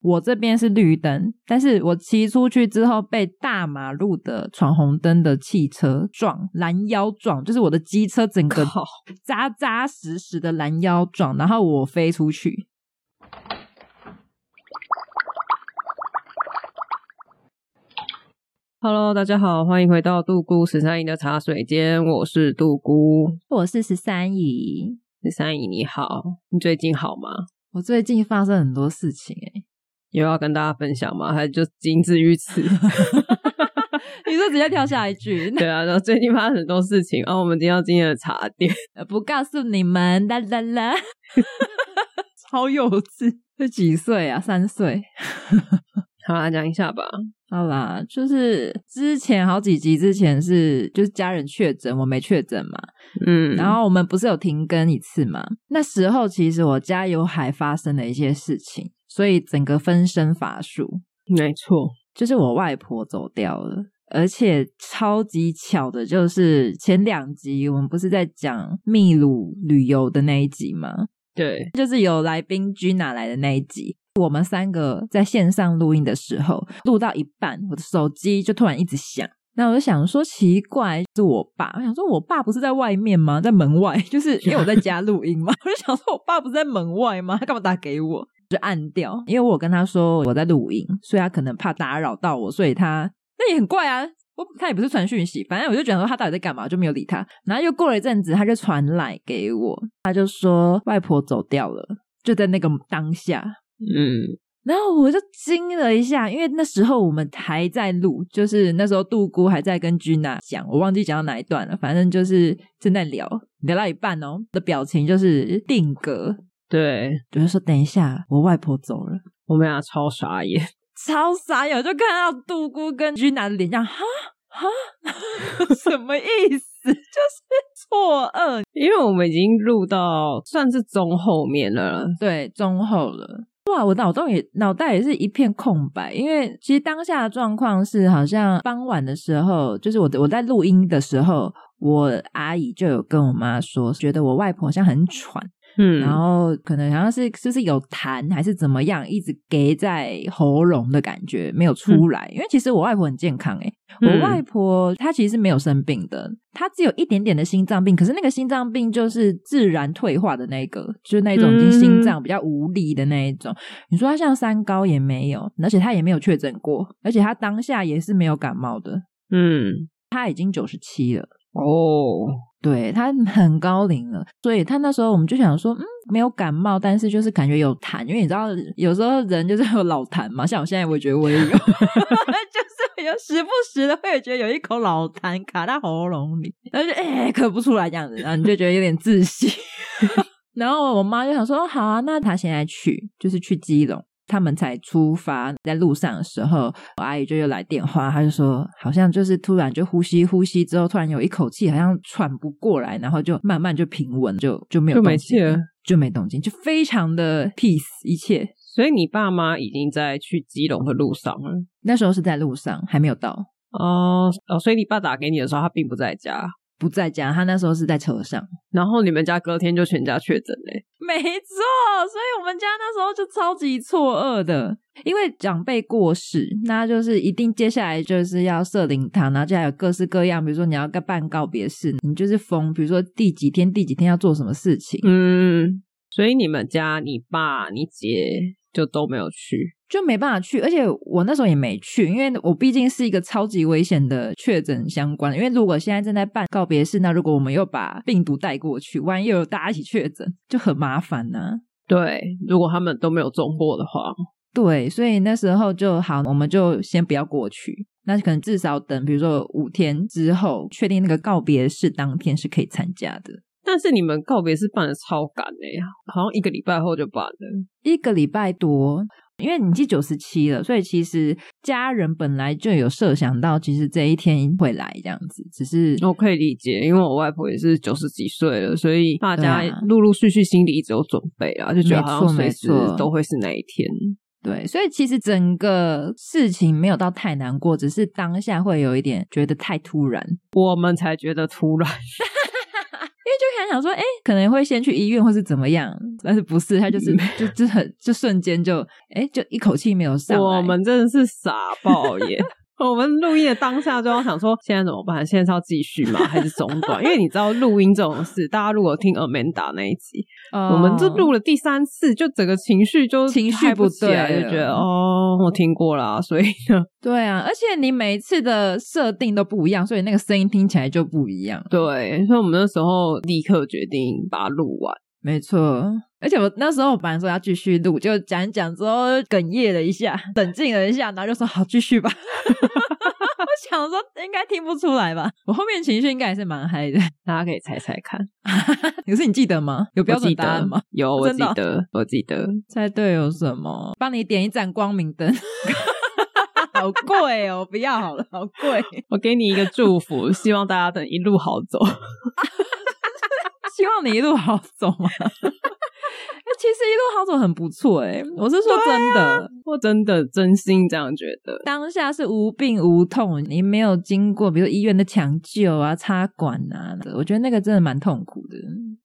我这边是绿灯，但是我骑出去之后被大马路的闯红灯的汽车撞，拦腰撞，就是我的机车整个靠扎扎实实的拦腰撞，然后我飞出去。 Hello，大家好，欢迎回到杜姑十三姨的茶水间，我是杜姑我是十三姨，十三姨，你好，你最近好吗？我最近发生很多事情哎、有要跟大家分享吗？还是就仅止于 此？你说直接跳下一句， 对啊，然后最近发生很多事情，然、哦后我们今天要今天的茶点，那呃不告诉你们，啦啦啦， 超幼稚。这几岁啊？三岁。好啦，讲一下吧。好啦，就是之前好几集之前是就是家人确诊，我没确诊嘛，嗯，然后我们不是有停更一次嘛？那时候其实我家有还发生了一些事情，所以整个分身乏术，没错，就是我外婆走掉了。而且超级巧的，就是前两集我们不是在讲秘鲁旅游的那一集吗？对，就是有来宾居哪来的那一集，我们三个在线上录音的时候，录到一半，我的手机就突然一直响。那我就想说，奇怪，是我爸。我想说，我爸不是在外面吗？在门外，就是因为我在家录音嘛。 我就想说，我爸不是在门外吗？他干嘛打给我？就按掉，因为我有跟他说我在录音，所以他可能怕打扰到我，所以他那也很怪啊。我他也不是传讯息，反正我就觉得说他到底在干嘛，我就没有理他。然后又过了一阵子，他就传来给我，他就说外婆走掉了，就在那个当下，嗯，然后我就惊了一下，因为那时候我们还在录，就是那时候杜姑还在跟君娜讲，我忘记讲到哪一段了，反正就是正在聊，聊到一半哦，的表情就是定格，对，就是说等一下，我外婆走了。我们俩超傻眼，超傻眼，我就看到杜姑跟君娜的脸，这样哈哈， 什么意思？ 就是错愕，因为我们已经录到算是中后面了，对，中后了。哇，我脑洞也脑袋也是一片空白，因为其实当下的状况是，好像傍晚的时候，就是我我在录音的时候，我阿姨就有跟我妈说，觉得我外婆好像很喘，嗯，然后可能好像是就是有痰还是怎么样，一直给在喉咙的感觉没有出来。因为其实我外婆很健康欸诶、嗯我外婆她其实是没有生病的，她只有一点点的心脏病，可是那个心脏病就是自然退化的那个，就是那种已经心脏比较无力的那一种。你说她像三高也没有，而且她也没有确诊过，而且她当下也是没有感冒的，嗯，她已经九十七了。哦，对他很高龄了，所以他那时候我们就想说，嗯，没有感冒，但是就是感觉有痰，因为你知道有时候人就是有老痰嘛，像我现在我也觉得我也有，就是有时不时的会觉得有一口老痰卡在喉咙里，然后就哎、咳不出来这样子，然后你就觉得有点窒息。 然后我妈就想说，哦好啊，那她现在去就是去基隆。他们才出发，在路上的时候，我阿姨就又来电话，她就说，好像就是突然就呼吸呼吸之后，突然有一口气好像喘不过来，然后就慢慢就平稳，就就没有就没动静气了，就没动静，就非常的 peace 一切。所以你爸妈已经在去基隆的路上了。那时候是在路上，还没有到，哦哦，所以你爸打给你的时候，他并不在家。不在家，他那时候是在车上。然后你们家隔天就全家确诊嘞，没错，所以我们家那时候就超级错愕的，因为长辈过世，那就是一定接下来就是要设灵堂，然后接下来有各式各样，比如说你要办告别式，你就是封，比如说第几天第几天要做什么事情，嗯，所以你们家你爸你姐就都没有去，就没办法去。而且我那时候也没去，因为我毕竟是一个超级危险的确诊相关，因为如果现在正在办告别式，那如果我们又把病毒带过去，万一又有大家一起确诊，就很麻烦啊呐、对，如果他们都没有中过的话，对，所以那时候就好，我们就先不要过去。那可能至少等，比如说五天之后，确定那个告别式当天是可以参加的。但是你们告别是办的超赶嘞，好像一个礼拜后就办了，一个礼拜多，因为你记九十七了，所以其实家人本来就有设想到，其实这一天会来这样子，只是我可以理解，因为我外婆也是九十几岁了，所以大家对啊陆陆续续心里一直有准备啊，就觉得好像随没时错没错都会是那一天。对，所以其实整个事情没有到太难过，只是当下会有一点觉得太突然，因我们才觉得突然，为就很想说，哎，可能会先去医院或是怎么样，但是不是他嗯就是就就很就瞬间就哎就一口气没有 上来我们真的是傻爆 耶！我们录音的当下就要想说，现在怎么办？现在是要继续 吗？还是中断？因为你知道录音这种事，大家如果听 Amanda 那一集，哦我们就录了第三次，就整个情绪就情绪嗨不不起来，对就觉得了哦，我听过啦，所以呢，对啊，而且你每一次的设定都不一样，所以那个声音听起来就不一样。对，所以我们那时候立刻决定把它录完。没错，而且我那时候我本来说要继续录，就讲一讲之后哽咽了一下，冷静了一下，然后就说好继续吧。 我想说应该听不出来吧，我后面情绪应该也是蛮嗨的。 大家可以猜猜看，可是你记得吗？有我标准记答案得吗？？有，我真记的哦得，我记得。猜对有什么？帮你点一盏光明灯。好贵哦，不要好了，好贵。我给你一个祝福，希望大家等一路好走。 希望你一路好走嘛。 其实一路好走很不错哎、我是说真的，我真的真心这样觉得。当下是无病无痛，你没有经过比如医院的抢救啊、插管啊，我觉得那个真的蛮痛苦的。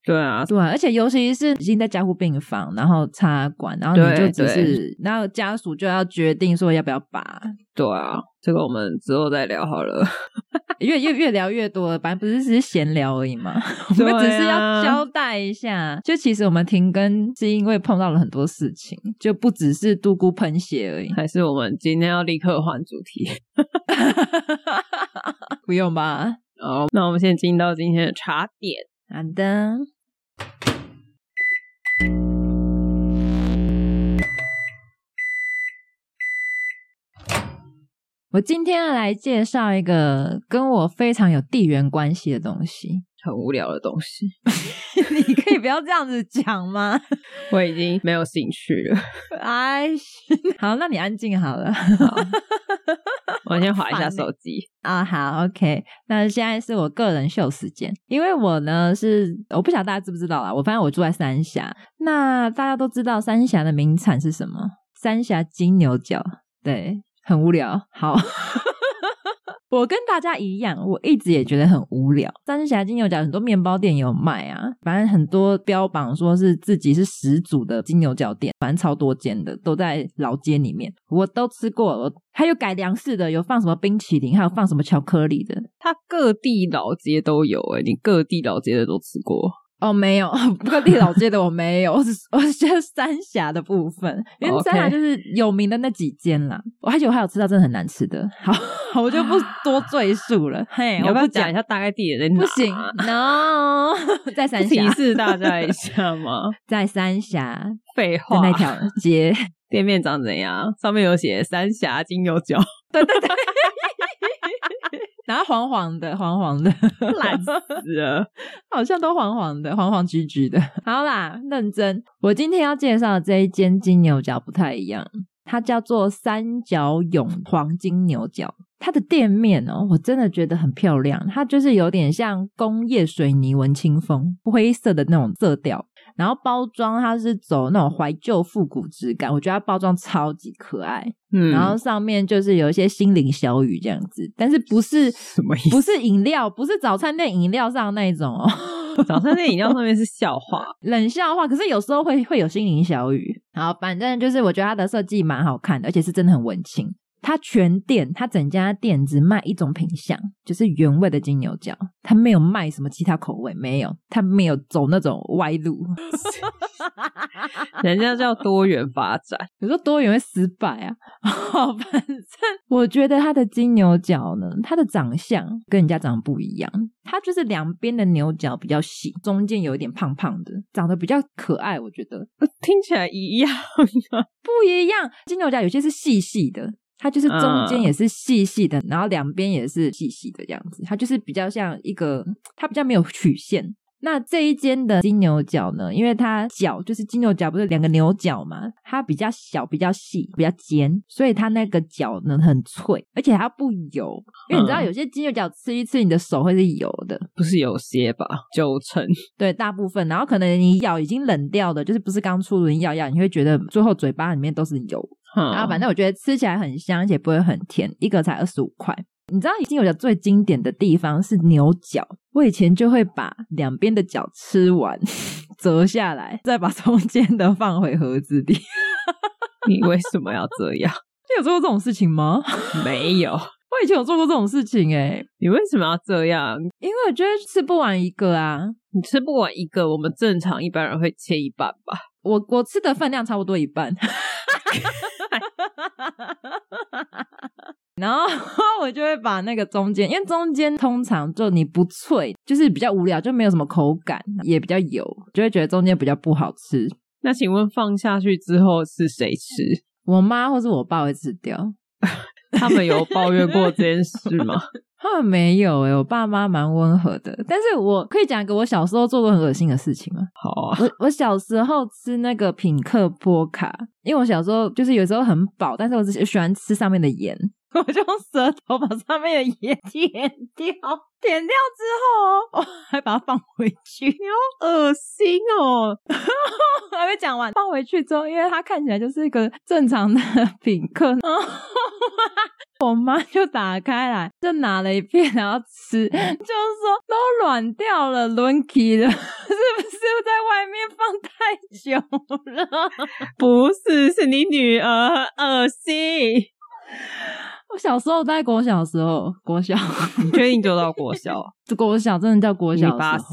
对啊，对啊、而且尤其是已经在加护病房，然后插管，然后你就对只是，然后家属就要决定说要不要拔， 对啊，这个我们之后再聊好了。越越越聊越多了，反正不是只是闲聊而已嘛， 我对啊们只是要交代一下，就其实我们停更是因为碰到了很多事情，就不只是独孤喷血而已。 还是我们今天要立刻换主题？不用吧？好，那我们先进到今天的茶点。好的，我今天要来介绍一个跟我非常有地缘关系的东西。很无聊的东西， 你可以不要这样子讲吗？我已经没有兴趣了。 哎，好，那你安静好了。好我先划一下 很烦欸手机。啊，好，OK，那现在是我个人秀时间，因为我呢是我不晓得大家知不知道啦，我发现我住在三峡，那大家都知道三峡的名产是什么？三峡金牛角，对，很无聊。好， 我跟大家一样，我一直也觉得很无聊。三峡金牛角很多面包店也有卖啊，反正很多标榜说是自己是始祖的金牛角店，反正超多间的，都在老街里面，我都吃过。我还有改良式的，有放什么冰淇淋，还有放什么巧克力的。它各地老街都有哎、你各地老街的都吃过，哦，没有，各地老街的我没有，我只我觉得三峡的部分，因为哦 OK 三峡就是有名的那几间啦。我还有还有吃到真的很难吃的，好，我 就不多赘述了。嘿，你哎要我不要讲讲一？下大概地点在哪、不行，，no，在 三提峡，示大家一下吗？在三峡 废的话，那条街，店面长怎样？上面有写三峡金牛角，然后黄黄的，黄黄的，烂死了。好像都黄黄的，黄黄橘橘的。 好啦，认真，我今天要介绍的这一间金牛角不太一样，它叫做三角涌黄金牛角。它的店面哦，我真的觉得很漂亮，它就是有点像工业水泥文青风，灰色的那种色调。然后包装它是走那种怀旧复古质感，我觉得它包装超级可爱。嗯然后上面就是有一些心灵小语这样子，但是不是什么意思不是饮料，不是早餐店饮料上的那一种哦，早餐店饮料上面是笑 话，冷笑话。可是有时候会会有心灵小语。好，反正就是我觉得它的设计蛮好看的，而且是真的很文青。它全店，它整家店只卖一种品相，就是原味的金牛角，它没有卖什么其他口味，没有，它没有走那种歪路。人家叫多元发展。有时候多元会失败啊。 好，反正我觉得它的金牛角呢，它的长相跟人家长得不一样，它就是两边的牛角比较细，中间有一点胖胖的，长得比较可爱。我觉得听起来一样，不一样，金牛角有些是细细的。它就是中间嗯也是细细的，然后两边也是细细的这样子，它就是比较像一个，它比较没有曲线，那这一间的金牛角呢，因为它角就是金牛角，不是两个牛角嘛，它比较小、比较细、比较尖，所以它那个角呢很脆，而且它不油。因为你知道嗯有些金牛角吃一吃，你的手会是油的，不是有些吧，九成对，大部分。然后可能你咬已经冷掉的，就是不是刚出炉你咬一咬，你会觉得最后嘴巴里面都是油。然后啊反正我觉得吃起来很香，而且不会很甜，一个才二十五块。你知道金牛角最经典的地方是牛角，我以前就会把两边的角吃完， 折下来，再把中间的放回盒子里。 你你为什么要这 样？有做过这种事情吗？ 没有，我以前有做过这种事情诶、你为什么要这样？因为我觉得吃不完一个啊，你吃不完一个，我们正常一般人会切一半吧？我我吃的分量差不多一半。然后我就会把那个中间，因为中间通常就你不脆，就是比较无聊，就没有什么口感，也比较油，就会觉得中间比较不好吃。那请问放下去之后是谁吃？我妈或是我爸会吃掉，他们有抱怨过这件事 吗？他们没有诶、我爸妈蛮温和的。但是我可以讲一个我小时候做过很恶心的事情吗？好啊， 我我小时候吃那个品客波卡，因为我小时候就是有时候很饱，但是我只喜欢吃上面的盐， 我就用舌头把上面的盐 舔掉，舔掉之后哦，我还把它放回去。恶心哦！还没讲完，放回去之后，因为它看起来就是一个正常的 品客，然后我妈就打开来，就拿了一片然后吃，就是说都软掉了，轮起了，是 不是在外面放太久了？ 不是，是你女儿恶心。我小时候在国小的时候，国小 你确定就到国 小？国小真的叫国小的时你候发誓，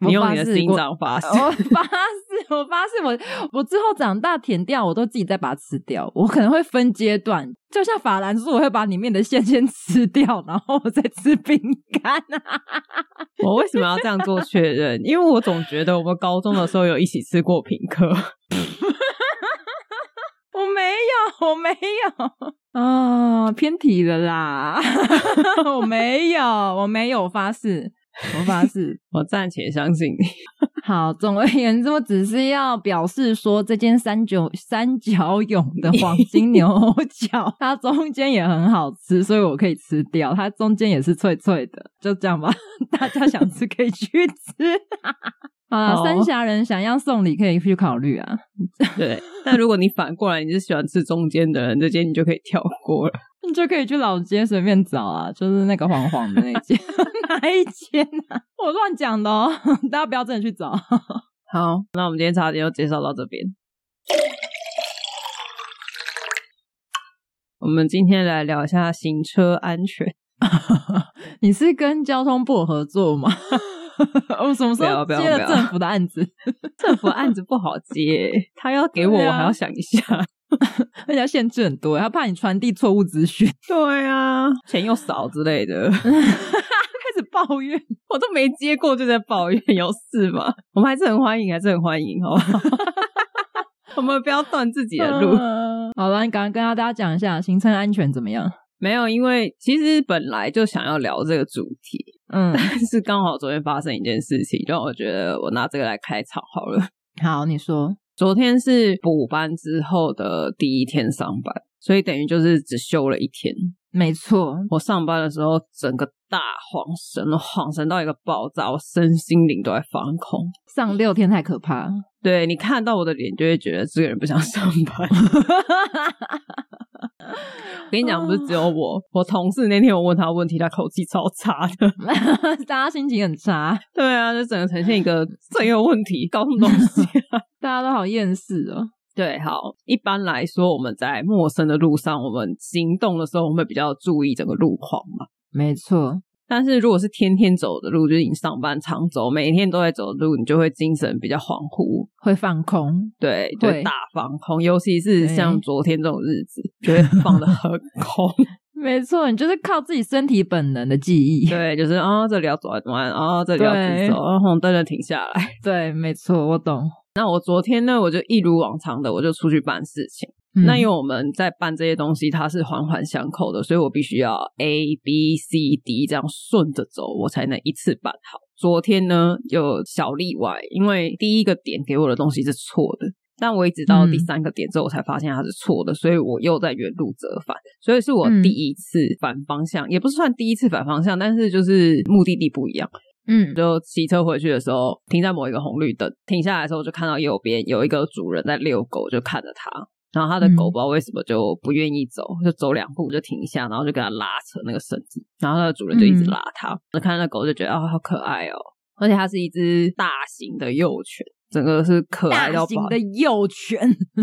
我你用你发的誓心我脏发 誓。我发誓，我发誓我，我之后长大舔掉，我都自己再把它吃掉。我可能会分阶段，就像法兰素，我会把里面的馅先吃掉，然后我再吃饼干啊。我为什么要这样做确认？因为我总觉得我们高中的时候有一起吃过品客， 我没有，我没有啊，偏题了啦。 我没有，我没有，我发誓，我发誓。我暂且相信你。好，总而言之，我只是要表示说，这间三九三角蛹的黄金牛角，它中间也很好吃，所以我可以吃掉。它中间也是脆脆的，就这样吧。 大家想吃可以去吃。 啊，好三峡人想要送礼可以去考虑啊。对，但如果你反过来你是喜欢吃中间的人，这间你就可以跳过了。你就可以去老街随便找啊，就是那个黄黄的那间， 哪一间啊？ 我乱讲的哦， 大家不要真的去找。好，那我们今天茶点就介绍到这边。我们今天来聊一下行车安全，你是跟交通部有合作吗？ 我什么时不要候不要接了不要政府的案子？ 政府案子不好接，他要给我，对啊我还要想一下。而且要限制很多，他怕你传递错误资讯，对啊，钱又少之类的。 开始抱怨。我都没接过就在抱怨，有事吗？我们还是很欢迎，还是很欢迎，好不好？ 我们不要断自己的路。嗯好了，你赶快跟大家讲一下行车安全怎么样？ 没有，因为其实本来就想要聊这个主题，嗯， 但是刚好昨天发生一件事情，让我觉得我拿这个来开场好了。好，你说，昨天是补班之后的第一天上班，所以等于就是只休了一天。没错，我上班的时候整个大晃神，晃神到一个爆炸，我身心灵都在放空。上六天太可怕。对你看到我的脸，就会觉得这个人不想上班。 我跟你讲，不是只有我，我同事那天我问他问题，他口气超差的。 大家心情很差，对啊，就整个呈现一个这有问题，搞什么东西、啊？大家都好厌世哦。 对，好，一般来说我们在陌生的路上，我们行动的时候，我们会比较注意整个路况嘛。没错，但是如果是天天走的路，就是你上班常走，每天都在走的路，你就会精神比较恍惚，会放空，对，就会大放空，尤其是像对昨天这种日子，就会放的很 空。没错，你就是靠自己身体本能的记忆。对，就是啊、这里要转弯，啊、这里要直对走，啊，红灯了停下来。对，没错，我懂。那我昨天呢，我就一如往常的，我就出去办事情。嗯那因为我们在办这些东西，它是环环相扣的，所以我必须要 A B C D 这样顺着走，我才能一次办好。昨天呢有小例外，因为第一个点给我的东西是错的，但我一直到第嗯三个点之后，我才发现它是错的，所以我又在原路折返，所以是我嗯第一次反方向，也不是算第一次反方向，但是就是目的地不一样。嗯就骑车回去的时候，停在某一个红绿灯，停下来的时候就看到右边有一个主人在遛狗，就看着他。然后他的嗯狗不知道为什么就不愿意走，就走两步就停下，然后就跟他拉扯那个绳子，然后他的主人就一直嗯拉他。我看到那狗就觉得啊、好可爱哦，而且它是一只大型的幼犬，整个是可爱到大爆型的幼犬，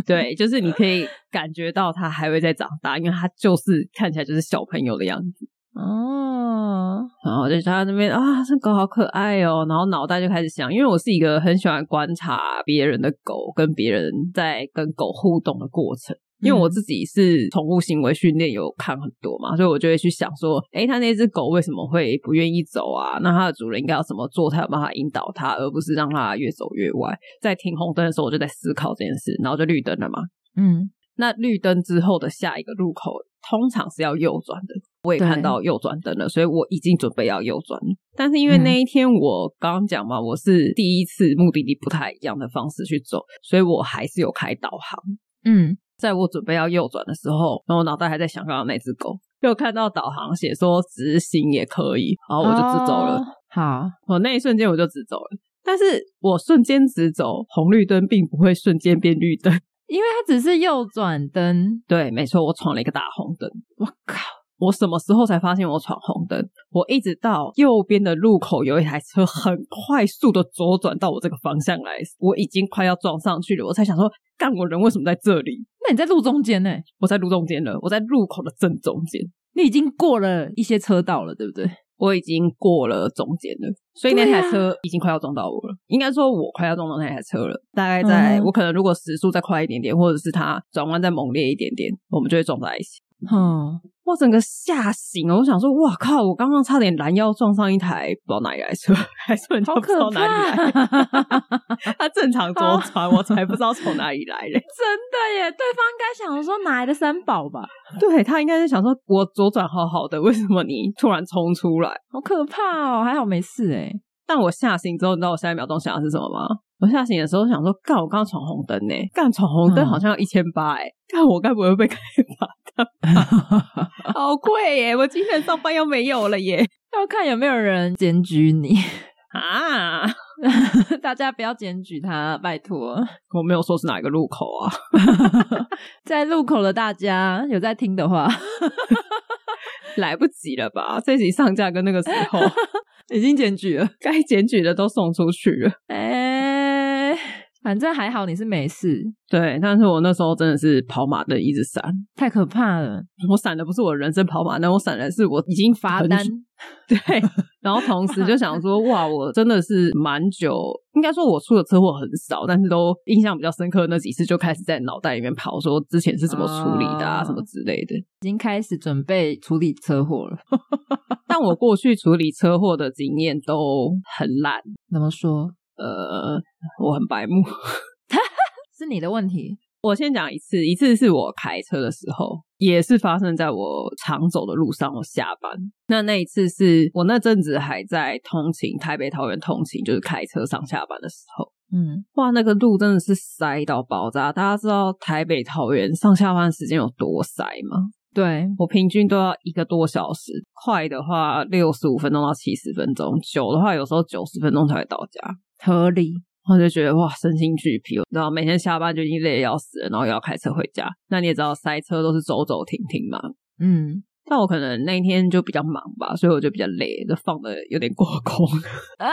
对，就是你可以感觉到它还会再长大，因为它就是看起来就是小朋友的样子。哦，然后就在那边啊，这狗好可爱哦，然后脑袋就开始想，因为我是一个很喜欢观察别人的狗跟别人在跟狗互动的过程。因为我自己是宠物行为训练有看很多嘛，所以我就会去想说，诶，它那只狗为什么会不愿意走啊？那它的主人应该要怎么做才有办法引导它，而不是让它越走越歪？在停红灯的时候，我就在思考这件事，然后就绿灯了嘛。嗯，那绿灯之后的下一个路口通常是要右转的，我也对看到右转灯了，所以我已经准备要右转了。但是因为嗯那一天我刚刚讲嘛，我是第一次目的地不太一样的方式去走，所以我还是有开导航。嗯在我准备要右转的时候，然后我脑袋还在想刚刚那只狗，又看到导航写说直行也可以，然后我就直走了。哦好，我那一瞬间我就直走了，但是我瞬间直走，红绿灯并不会瞬间变绿灯。因为它只是右转灯，对，没错，我闯了一个大红灯。我靠，我什么时候才发现我闯红灯？我一直到右边的路口有一台车很快速的左转到我这个方向来，我已经快要撞上去了，我才想说，干我人为什么在这里？那你在路中间呢、欸我在路中间了，我在路口的正中间，你已经过了一些车道了，对不对？我已经过了中间了，所以那对台啊车已经快要撞到我了。应该说，我快要撞到那台车了。大概在、嗯我可能如果时速再快一点点，或者是它转弯再猛烈一点点，我们就会撞在一起。哦，我整个吓醒了，我想说，哇靠！我刚刚差点拦腰撞上一台不知道哪里来的车，还是人家好不知道可哪里来的，怕！他正常左转，我才不知道从哪里 来 嘞。真的耶，对方应该想说哪来的三宝吧？对他应该是想说，我左转好好的，为什么你突然冲出来？好可怕哦，还好没事哎。但我吓醒之后，你知道我下一秒钟想的是什么吗？我吓醒的时候想说，干，我刚刚闯红灯呢、干闯红灯嗯好像要一千八哎，干我该不会被开 罚？好贵耶、我今天上班又没有了耶！ 要看有没有人检举你， 啊，大家不要检举他，拜托。我没有说是哪一个路口啊。 在路口的大家有在听的话， 来不及了吧？这集上架跟那个时候，已经检举了。该检举的都送出去了。哎、反正还好你是没事，对，但是我那时候真的是跑马灯一直闪，太可怕了，我闪的不是我人生跑马灯，我闪的是我已经罚罚单。 对，然后同时就想说，哇，我真的是蛮久，应该说我出的车祸很少，但是都印象比较深刻的那几次，就开始在脑袋里面跑，说之前是怎么处理的啊，啊什么之类的。已经开始准备处理车祸了。但我过去处理车祸的经验都很烂，怎么说？呃，我很白目。是你的问题。我先讲一次，一次是我开车的时候，也是发生在我常走的路上，我下班。那那一次是我那阵子还在通勤，台北桃园通勤，就是开车上下班的时候。嗯，哇，那个路真的是塞到爆炸！大家知道台北桃园上下班时间有多塞吗？对，我平均都要一个多小时，快的话六十五分钟到七十分钟，久的话有时候九十分钟才会到家。合理。我就觉得哇，身心俱疲。哦然后每天下班就已经累得要死了，然后又要开车回家。那你也知道，塞车都是走走停停嘛。嗯，但我可能那一天就比较忙吧，所以我就比较累，就放的有点过空。 啊，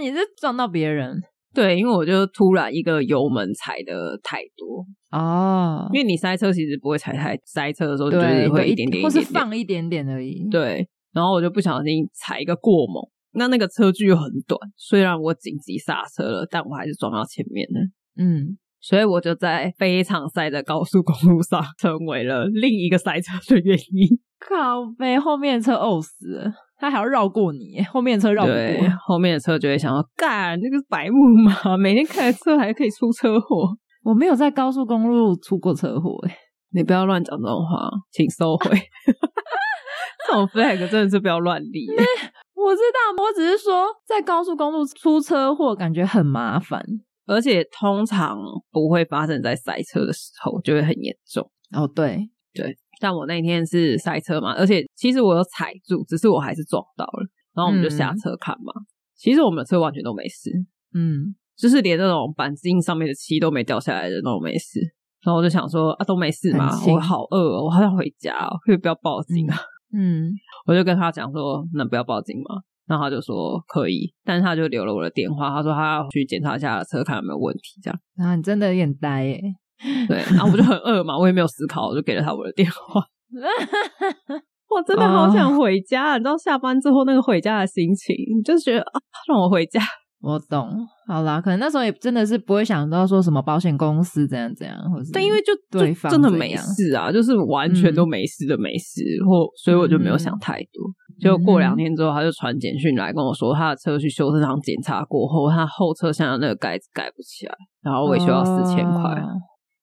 你是撞到别人对，因为我就突然一个油门踩的太多，哦因为你塞车其实不会踩太，塞车的时候就是对，会就一点点，或一点是点放一点点而已。，对，然后我就不小心踩一个过猛，那那个车距又很短，虽然我紧急刹车了，但我还是撞到前面了。嗯，所以我就在非常塞的高速公路上，成为了另一个塞车的原因。靠背后面的车呕死了，他还要绕过你，后面的车绕不对过。，后面的车就会想说，干那个白目嘛，每天开着车还可以出车祸，我没有在高速公路出过车祸、欸，你不要乱讲这 种话，请收回。这种 flag 真的是不要乱立、我我知道，我只是说在高速公路出车祸感觉很麻烦。而且通常不会发生在塞车的时候，就会很严重。哦，对，但我那天是塞车嘛，而且其实我有踩住，只是我还是撞到了，然后我们就下车看嘛。其实我们的车完全都没事，嗯，就是连那种钣金上面的漆都没掉下来的那种没事。然后我就想说啊，都没事嘛很，幸我好饿、哦，我好想回家、哦，可以不要报警啊？嗯，我就跟他讲说，那不要报警嘛。然后他就说可以，但是他就留了我的电话，他说他要去检查一下车，看有没有问题这样。啊，你真的有点呆欸耶。对，然后我就很饿嘛，我也没有思考，我就给了他我的 电话。我真的好想回家，啊你知道下班之后那个回家的心情，你就是觉得啊，让我回家。我懂，好啦，可能那时候也真的是不会想到说什么保险公司怎样怎样，或是但因为就就对方真的怎没样嗯事啊，就是完全都没事的没事，或所以我就没有想太多。结果过嗯两天之后，他就传简讯来跟我说，他的车去修车厂检查过后，他后车厢的那个盖子盖不起来，然后维修要四千块。哦，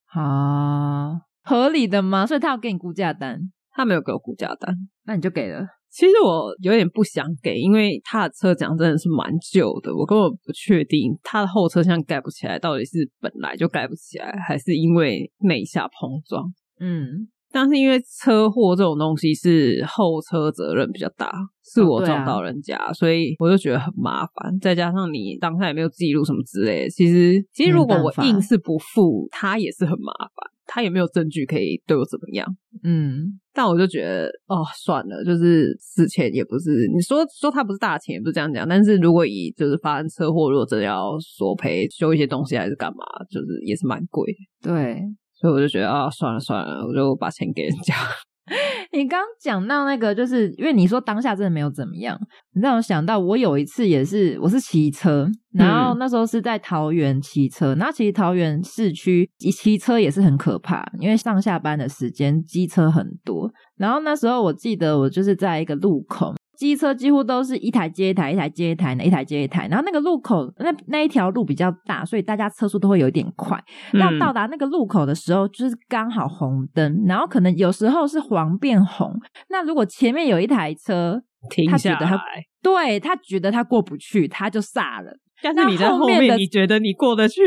好、合理的吗？所以他要给你估价单，他没有给我估价单，那你就给了。其实我有点不想给，因为他的车讲真的是蛮旧的，我根本不确定他的后车厢盖不起来，到底是本来就盖不起来，还是因为内下碰撞。嗯，但是因为车祸这种东西是后车责任比较大，是我哦对啊撞到人家，所以我就觉得很麻烦。再加上你当下也没有记录什么之类的，其实其实如果没我办法硬是不付，他也是很麻烦，他也没有证据可以对我怎么样。嗯，但我就觉得哦，算了，就是事前也不是你说说他不是大钱，也不是这样讲。但是如果以就是发生车祸，如果真的要索赔修一些东西还是干嘛，就是也是蛮贵的。对。所以我就觉得啊、算了算了，我就把钱给人家。 你刚讲到那个，就是因为你说当下真的没有怎么样，你让我想到我有一次也是，我是骑车，然后那时候是在桃园骑车，然后其实桃园市区骑车也是很可怕，因为上下班的时间机车很多，然后那时候我记得我就是在一个路口。机车几乎都是一台接一台，一台接一台，一台接一台。然后那个路口，那那一条路比较大，所以大家车速都会有一点快。那嗯到达那个路口的时候，就是刚好红灯，然后可能有时候是黄变红。那如果前面有一台车，停他下觉得他来，对他觉得他过不去，他就刹了。但那是你在后后面的面，你觉得你过得去？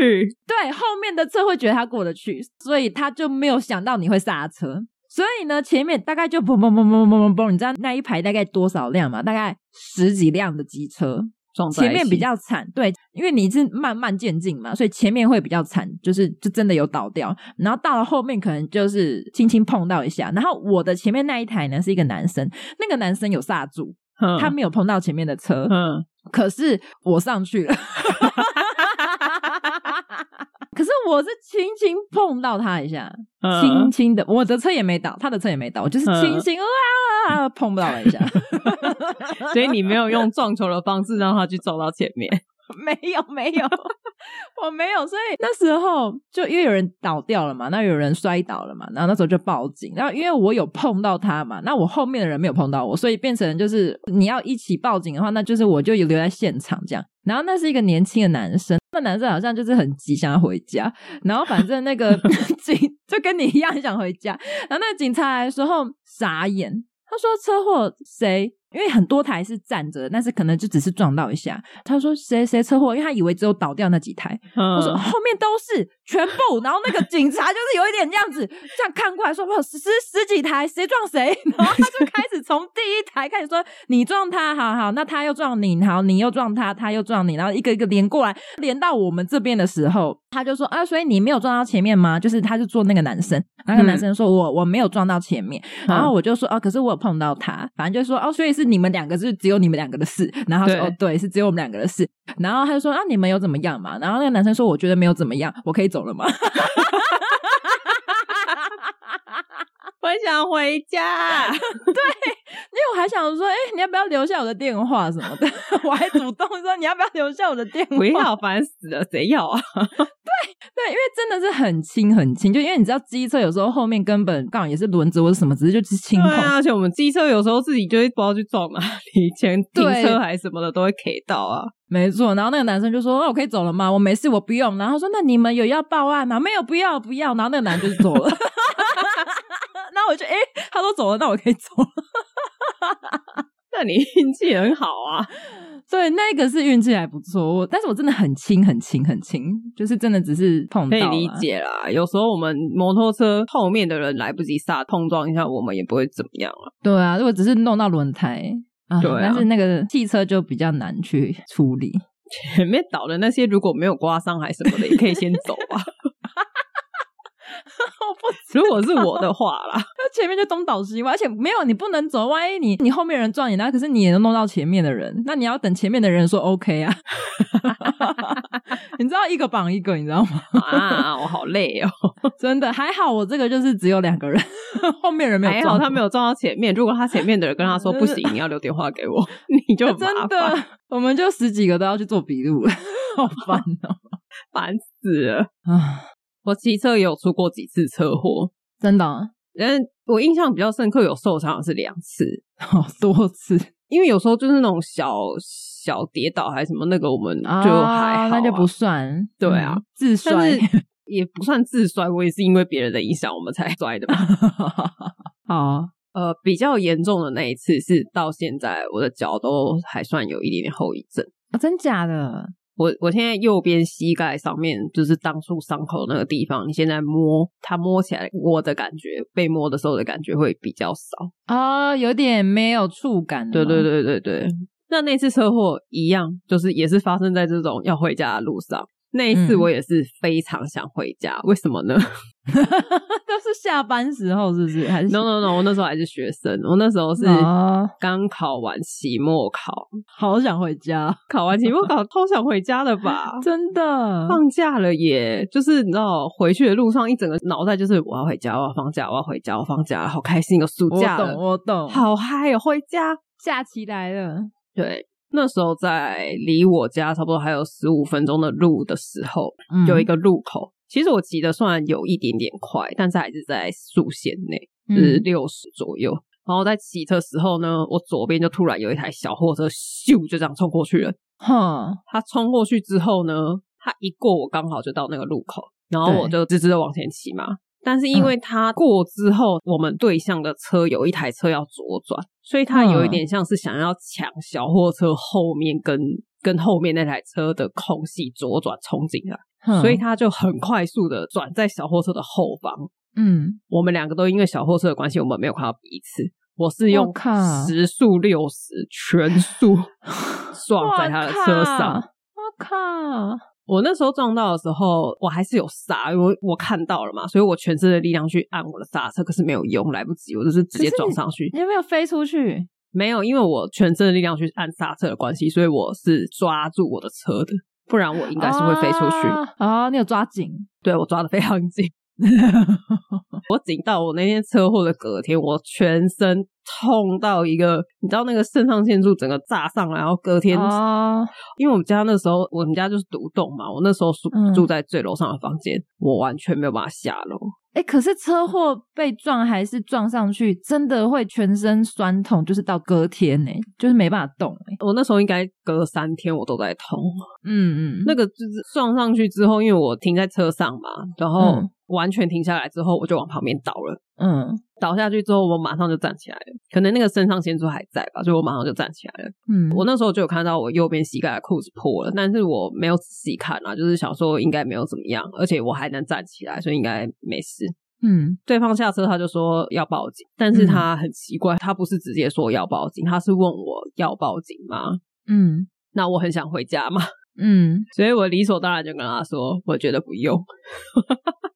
对，后面的车会觉得他过得去，所以他就没有想到你会刹车。所以呢，前面大概就砰砰砰砰砰砰砰，你知道那一排大概多少辆吗？大概十几辆的机车，撞在一前起面比较惨，对，因为你是慢慢渐进嘛，所以前面会比较惨，就是就真的有倒掉，然后到了后面可能就是轻轻碰到一下，然后我的前面那一台呢是一个男生，那个男生有刹住，嗯他没有碰到前面的车，嗯，可是我上去了。 可是我是轻轻碰到他一下，嗯轻轻的，我的车也没倒，他的车也没倒，我就是轻轻嗯啊碰到了一下，所以你没有用撞球的方式让他去走到前面。 没有没有，我没有，所以那时候就因为有人倒掉了嘛，那有人摔倒了嘛，然后那时候就报警，然后因为我有碰到他嘛，那我后面的人没有碰到我，所以变成就是你要一起报警的话，那就是我就有留在现场这样。然后那是一个年轻的男生，那男生好像就是很急想要回家，然后反正那个警就跟你一样想回家，然后那个警察来的时候傻眼，他说车祸谁？因为很多台是站着的，但是可能就只是撞到一下。他说谁谁车祸，因为他以为只有倒掉那几台，嗯他说啊后面都是全部，然后那个警察就是有一点这样子，这样看过来说，哇，十十十几台，谁撞谁？ 然后他就开始从第一台开始说，你撞他，好好，那他又撞你，好，你又撞他，他又撞你，然后一个一个连过来，连到我们这边的时候，他就说啊，所以你没有撞到前面吗？就是他就做那个男生，那个男生说我我没有撞到前面，然嗯后我就说哦，可是我有碰到他，反正就说哦，所以是你们两个，是只有你们两个的事。然后他说对哦，对，是只有我们两个的事。然后他就说啊，你们有怎么样嘛？然后那个男生说，我觉得没有怎么样，我可以走了吗？ 我想回 家。因为我还想说，哎、你要不要留下我的电话什么的？ 我还主动说你要不要留下我的电话？不要，烦死了，谁要啊？对，因为真的是很轻很轻，就因为你知道机车有时候后面根本刚好也是轮子或者什么，只是就是轻碰。对啊，而且我们机车有时候自己就会不知道去撞哪里，以前停对车还是什么的都会 K 到啊。没错，然后那个男生就说：“哦，我可以走了吗？我没事，我不用。”然后他说：“那你们有要报案吗？”没有，不要，不要。然后那个男的就 走了。 然后我就诶、他都走了，那我可以走了。那算你 运气很好啊。对，那个是运气还不错，我但是我真的很轻很轻很轻，就是真的只是碰可到，以理。解啦，有时候我们摩托车后面的人来不及刹，碰撞一下我们也不会怎么样啊。对啊，如果只是弄到轮胎啊，对啊但是那个汽车就比较难去处理。前面倒的那些如果没有刮伤还什么的，也可以先走 啊。 如果是我的话啦，那前面就东倒西歪，而且没有你不能走，万一你你后面人撞你，那可是你也能弄到前面的人，那你要等前面的人说 OK 啊。 你知道一个绑一个，你知道吗？啊，我好累哦。真的还好，我这个就是只有两个人，后面人没有还撞好我，他没有撞到前面，如果他前面的人跟他说不行， 你要留电话给我，你就很麻真烦，的，我们就十几个都要去做笔录， 好烦哦、烦死了。啊，我骑车也有出过几次车祸，真的啊、但我印象比较深刻有受伤的是两次，好哦多次，因为有时候就是那种小小跌倒还是什么，那个我们就还好、啊那就不算，对啊嗯，自摔但。是也不算自摔，我也是因为别人的影响我们才摔的嘛。 好，呃，比较严重的那一次是到现在我的脚都还算有一点点后遗症。啊真假的，我我现在右边膝盖上面就是当初伤口那个地方，你现在摸它摸起来我的感觉，被摸的时候的感觉会比较少。啊，有点没有触感。对对，对对对。那那次车祸一样，就是也是发生在这种要回家的路上。那一次嗯我也是非常想回家，为什么呢都是下班时候是不是？还是？No No No，我那时候还是学生，我那时候是哦刚考完期末考，好想回家，考完期末考超想回家的吧？真的。放假了耶！就是你知道，回去的路上一整个脑袋就是我要回家，我要放假，我要回家，我要放假，好开心哦，暑我假懂，了，我懂。，好嗨哦，回家。假期来了，对，那时候在离我家差不多还有十五分钟的路的时候，有一个个路口，其实我骑的算有一点点快，但是还是在速线内，嗯就是六十左右。然后在骑的时候呢，我左边就突然有一台小货车，咻就这样冲过去了。哼，他冲过去之后呢，他一过我刚好就到那个路口，然后我对就直直的往前骑嘛。但是因为他过之后，我们对向的车有一台车要左转，所以他有一点像是想要抢小货车后面跟跟后面那台车的空隙左转冲进来，哼所以他就很快速的转在小货车的后方。嗯，我们两个都因为小货车的关系，我们没有看到彼此。我是用我靠时速六十全 速撞在他的车上，我靠，我靠，我那时候撞到的时候，我还是有刹，因为我看到了嘛，所以我全身的力量去按我的刹车，可是没有用，来不及，我就是直接撞上去。你有没有飞出去？没有，因为我全身的力量去按刹车的关系，所以我是抓住我的车的，不然我应该是会飞出去。啊啊！你有抓紧，对我抓的非常紧， 我紧到我那天车祸的隔天，我全身痛到一个，你知道那个肾上腺素整个炸上来，然后隔天啊，因为我们家那时候，我们家就是独栋嘛，我那时候住嗯住在最楼上的房间，我完全没有办法下楼。哎、可是车祸被撞还是撞上去，真的会全身酸痛，就是到隔天呢、就是没办法动哎、我那时候应该隔三天我都在痛。嗯嗯，那个就是撞上去之后，因为我停在车上嘛，然后嗯完全停下来之后，我就往旁边倒了。嗯倒下去之后，我马上就站起来了，可能那个肾上腺素还在吧，所以我马上就站起来了。嗯，我那时候就有看到我右边膝盖的裤子破了，但是我没有仔细看啊，就是想说应该没有怎么样，而且我还能站起来，所以应该没事。嗯对方下车，他就说要报警，但是他很奇怪，他不是直接说要报警，他是问我要报警吗？嗯那我很想回家嘛，嗯，所以我理所当然就跟他说，我觉得不用。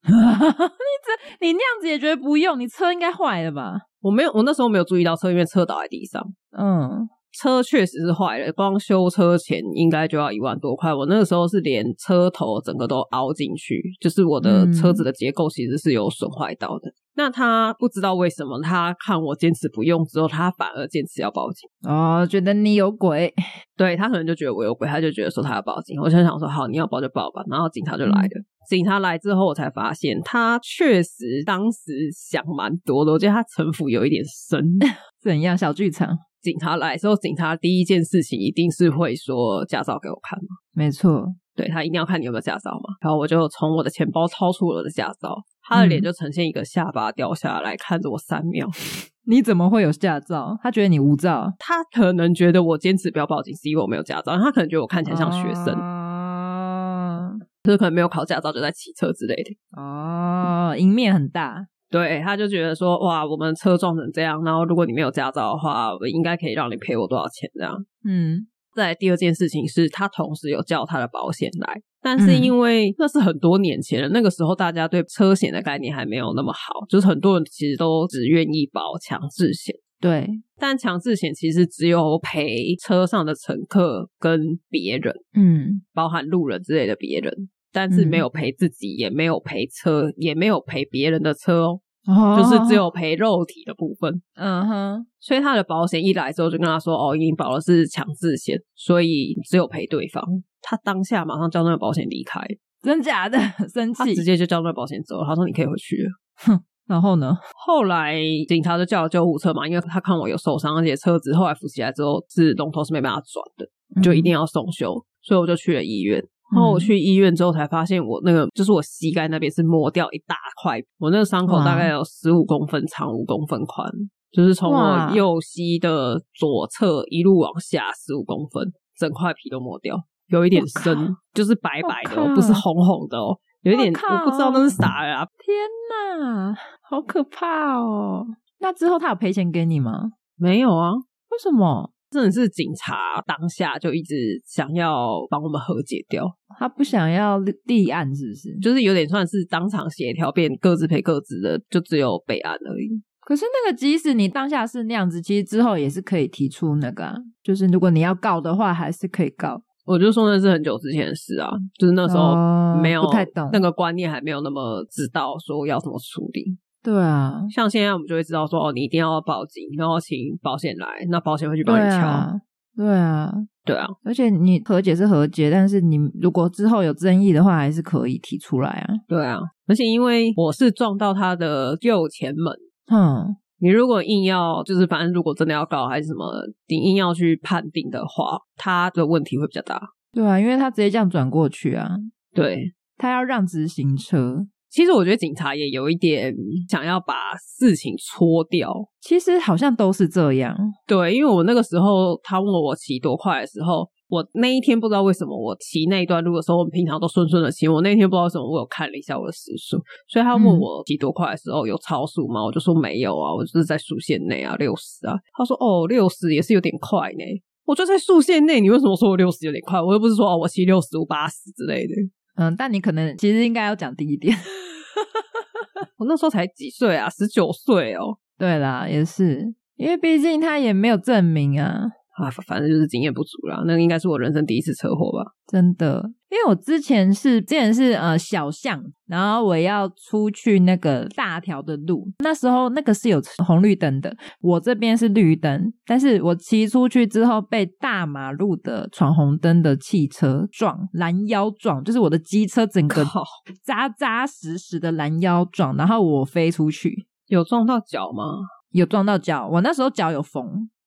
你这你那样子也觉得不用，你车应该坏了吧？我没有，我那时候没有注意到车，因为车倒在地上，嗯，车确实是坏了，光修车钱应该就要一万多块。我那个时候是连车头整个都凹进去，就是我的嗯车子的结构其实是有损坏到的。那他不知道为什么，他看我坚持不用之后，他反而坚持要报警。哦，觉得你有鬼，对他可能就觉得我有鬼，他就觉得说他要报警。我就想说好，你要报就报吧。然后警察就来了。警察来之后，我才发现他确实当时想蛮多的。我觉得他城府有一点深。怎样？小剧场，警察来之后，警察第一件事情一定是会说驾照给我看嘛，没错，对他一定要看你有没有驾照嘛。然后我就从我的钱包掏出我的驾照，他的脸嗯就呈现一个下巴掉下来，看着我三秒。你怎么会有驾照？他觉得你无照，他可能觉得我坚持不要报警是因为我没有驾照，他可能觉得我看起来像学生，啊哦就是可能没有考驾照就在骑车之类的。哦，赢面很大，对，他就觉得说哇，我们车撞成这样，然后如果你没有驾照的话，我应该可以让你赔我多少钱这样。嗯再来第二件事情是他同时有叫他的保险来，但是因为那是很多年前了，那个时候大家对车险的概念还没有那么好，就是很多人其实都只愿意保强制险。对，但强制险其实只有赔车上的乘客跟别人，嗯包含路人之类的别人，但是没有赔自己，也没有赔车，也没有赔别人的车哦，哦就是只有赔肉体的部分。嗯哼所以他的保险一来之后就跟他说：“哦，因为你保的是强制险，所以只有赔对方。”他当下马上叫那个保险离开，真假的 生他气直，接就叫那个保险走了。他说：“你可以回去了。然后呢？”后来警察就叫了救护车嘛，因为他看我有受伤，而且车子后来扶起来之后是龙头是没办法转的，就嗯一定要送修，所以我就去了医院。然后我去医院之后才发现，我那个就是我膝盖那边是磨掉一大块，我那个伤口大概有十五公分长、五公分宽，就是从我哇右膝的左侧一路往下十五公分，整块皮都磨掉，有一点我靠深，就是白白的哦，我靠不是红红的哦，有一点我靠我不知道那是啥呀、天哪，好可怕哦！那之后他有赔钱给你吗？没有啊，为什么真的是警察当下就一直想要帮我们和解掉，他不想要立案？是不是？就是有点算是当场协调，变各自赔各自的，就只有备案而已。可是那个，即使你当下是那样子，其实之后也是可以提出那个、啊，就是如果你要告的话，还是可以告。我就说那是很久之前的事啊，就是那时候哦没有、不太懂那个观念，还没有那么知道说要怎么处理。对啊，像现在我们就会知道说哦，你一定要报警，然后请保险来，那保险会去帮对你敲。啊，对啊。对啊，而且你和解是和解，但是你如果之后有争议的话，还是可以提出来啊。对啊，而且因为我是撞到他的右前门。哼，你如果硬要，就是反正如果真的要告还是什么，你硬要去判定的话，他的问题会比较大。对啊，因为他直接这样转过去啊，对，他要让直行车。其实我觉得警察也有一点想要把事情搓掉。其实好像都是这样，对，因为我那个时候他问我骑多快的时候，我那一天不知道为什么我骑那一段路的时候，我们平常都顺顺的骑，我那天不知道为什么我有看了一下我的时速，所以他问嗯我骑多快的时候有超速吗？我就说没有啊，我就是在速线内啊，六十啊。他说哦，六十也是有点快呢。我就在速线内，你为什么说我六十有点快？我又不是说哦，我骑六十、我八十之类的。嗯，但你可能其实应该要讲低一点。我那时候才几岁啊，十九岁哦，对啦，也是，因为毕竟他也没有证明啊，啊，反反正就是经验不足啦。那个应该是我人生第一次车祸吧？真的。因为我之前是之前是呃小巷，然后我要出去那个大条的路，那时候那个是有红绿灯的，我这边是绿灯，但是我骑出去之后被大马路的闯红灯的汽车撞，拦腰撞，就是我的机车整个靠，扎扎实实的拦腰撞，然后我飞出去，有撞到脚吗？有撞到脚，我那时候脚有缝。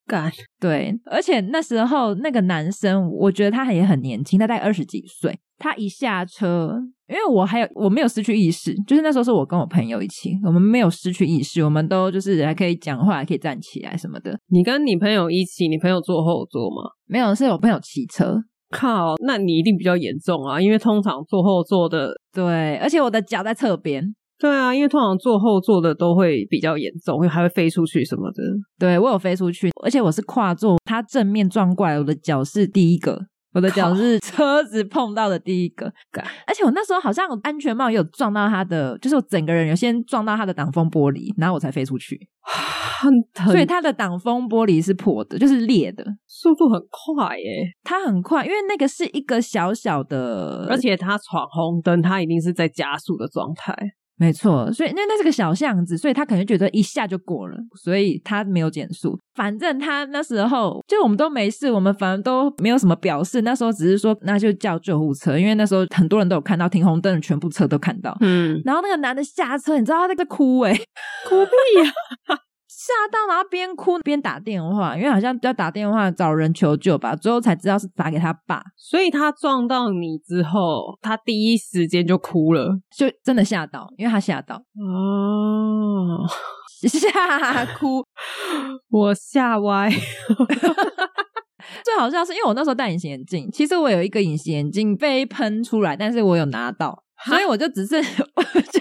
干，对，而且那时候那个男生，我觉得他也很年轻，他大概二十几岁。他一下车，因为我还有我没有失去意识，就是那时候是我跟我朋友一起，我们没有失去意识，我们都就是还可以讲话，还可以站起来什么的。你跟你朋友一起，你朋友坐后座吗？没有，是我朋友骑车。靠，那你一定比较严重啊，因为通常坐后座的，对，而且我的脚在侧边，对啊，因为通常坐后座的都会比较严重，因为还会飞出去什么的。对我有飞出去，而且我是跨座，他正面撞过来，我的脚是第一个，我的脚靠是 车子碰到的第一个干。而且我那时候好像安全帽也有撞到他的，就是我整个人有先撞到他的挡风玻璃，然后我才飞出去。很很，所以他的挡风玻璃是破的，就是裂的。速度很快耶、他很快，因为那个是一个小小的，而且他闯红灯，他一定是在加速的状态。没错，所以因为那是个小巷子，所以他可能觉得一下就过了，所以他没有减速。反正他那时候就我们都没事，我们反正都没有什么表示。那时候只是说那就叫救护车，因为那时候很多人都有看到停红灯，全部车都看到。嗯，然后那个男的下车，你知道他在哭哎、哭屁呀、 是欸 吓到，然后边哭边打电话，因为好像要打电话找人求救吧，最后才知道是打给他爸，所以他撞到你之后，他第一时间就哭了。就真的吓到，因为他吓到 哦，吓哭。我吓歪。 最好笑是因为我那时候戴隐形眼镜，其实我有一个隐形眼镜被喷出来，但是我有拿到。所以我就只是，我就是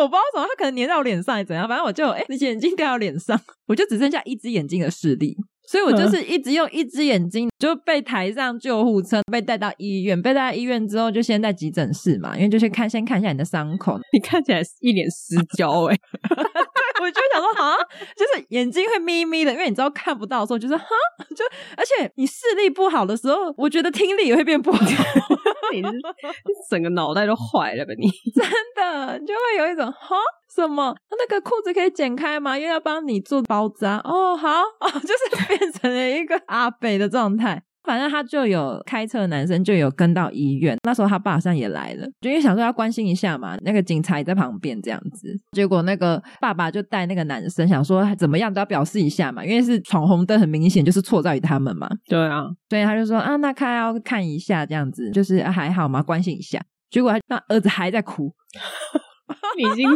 我不知道怎么，它可能粘在我脸上，还是怎样？反正我就哎、隐形眼镜戴到脸上，我就只剩下一只眼睛的视力，所以我就是一直用一只眼睛，就被抬上救护车，被带到医院，被带到医院之后，就先在急诊室嘛，因为就去看，先看一下你的伤口，你看起来一脸失焦哎、我就想说，哈， 就是眼睛会眯眯的，因为你知道看不到的时候，就是哈，就而且你视力不好的时候，我觉得听力也会变不好，真 你是整个脑袋都坏了吧你？的，你就会有一种哈什么啊那个裤子可以剪开吗？因为要帮你做包扎哦，好哦， 就是变成了一个阿北的状态。反正他就有开车的男生就有跟到医院，那时候他爸好像也来了，就因为想说要关心一下嘛，那个警察也在旁边这样子。结果那个爸爸就带那个男生想说怎么样都要表示一下嘛，因为是闯红灯，很明显就是错在于他们嘛，对啊，所以他就说啊，那看要看一下这样子，就是、啊还好嘛，关心一下。结果他那儿子还在哭，你已经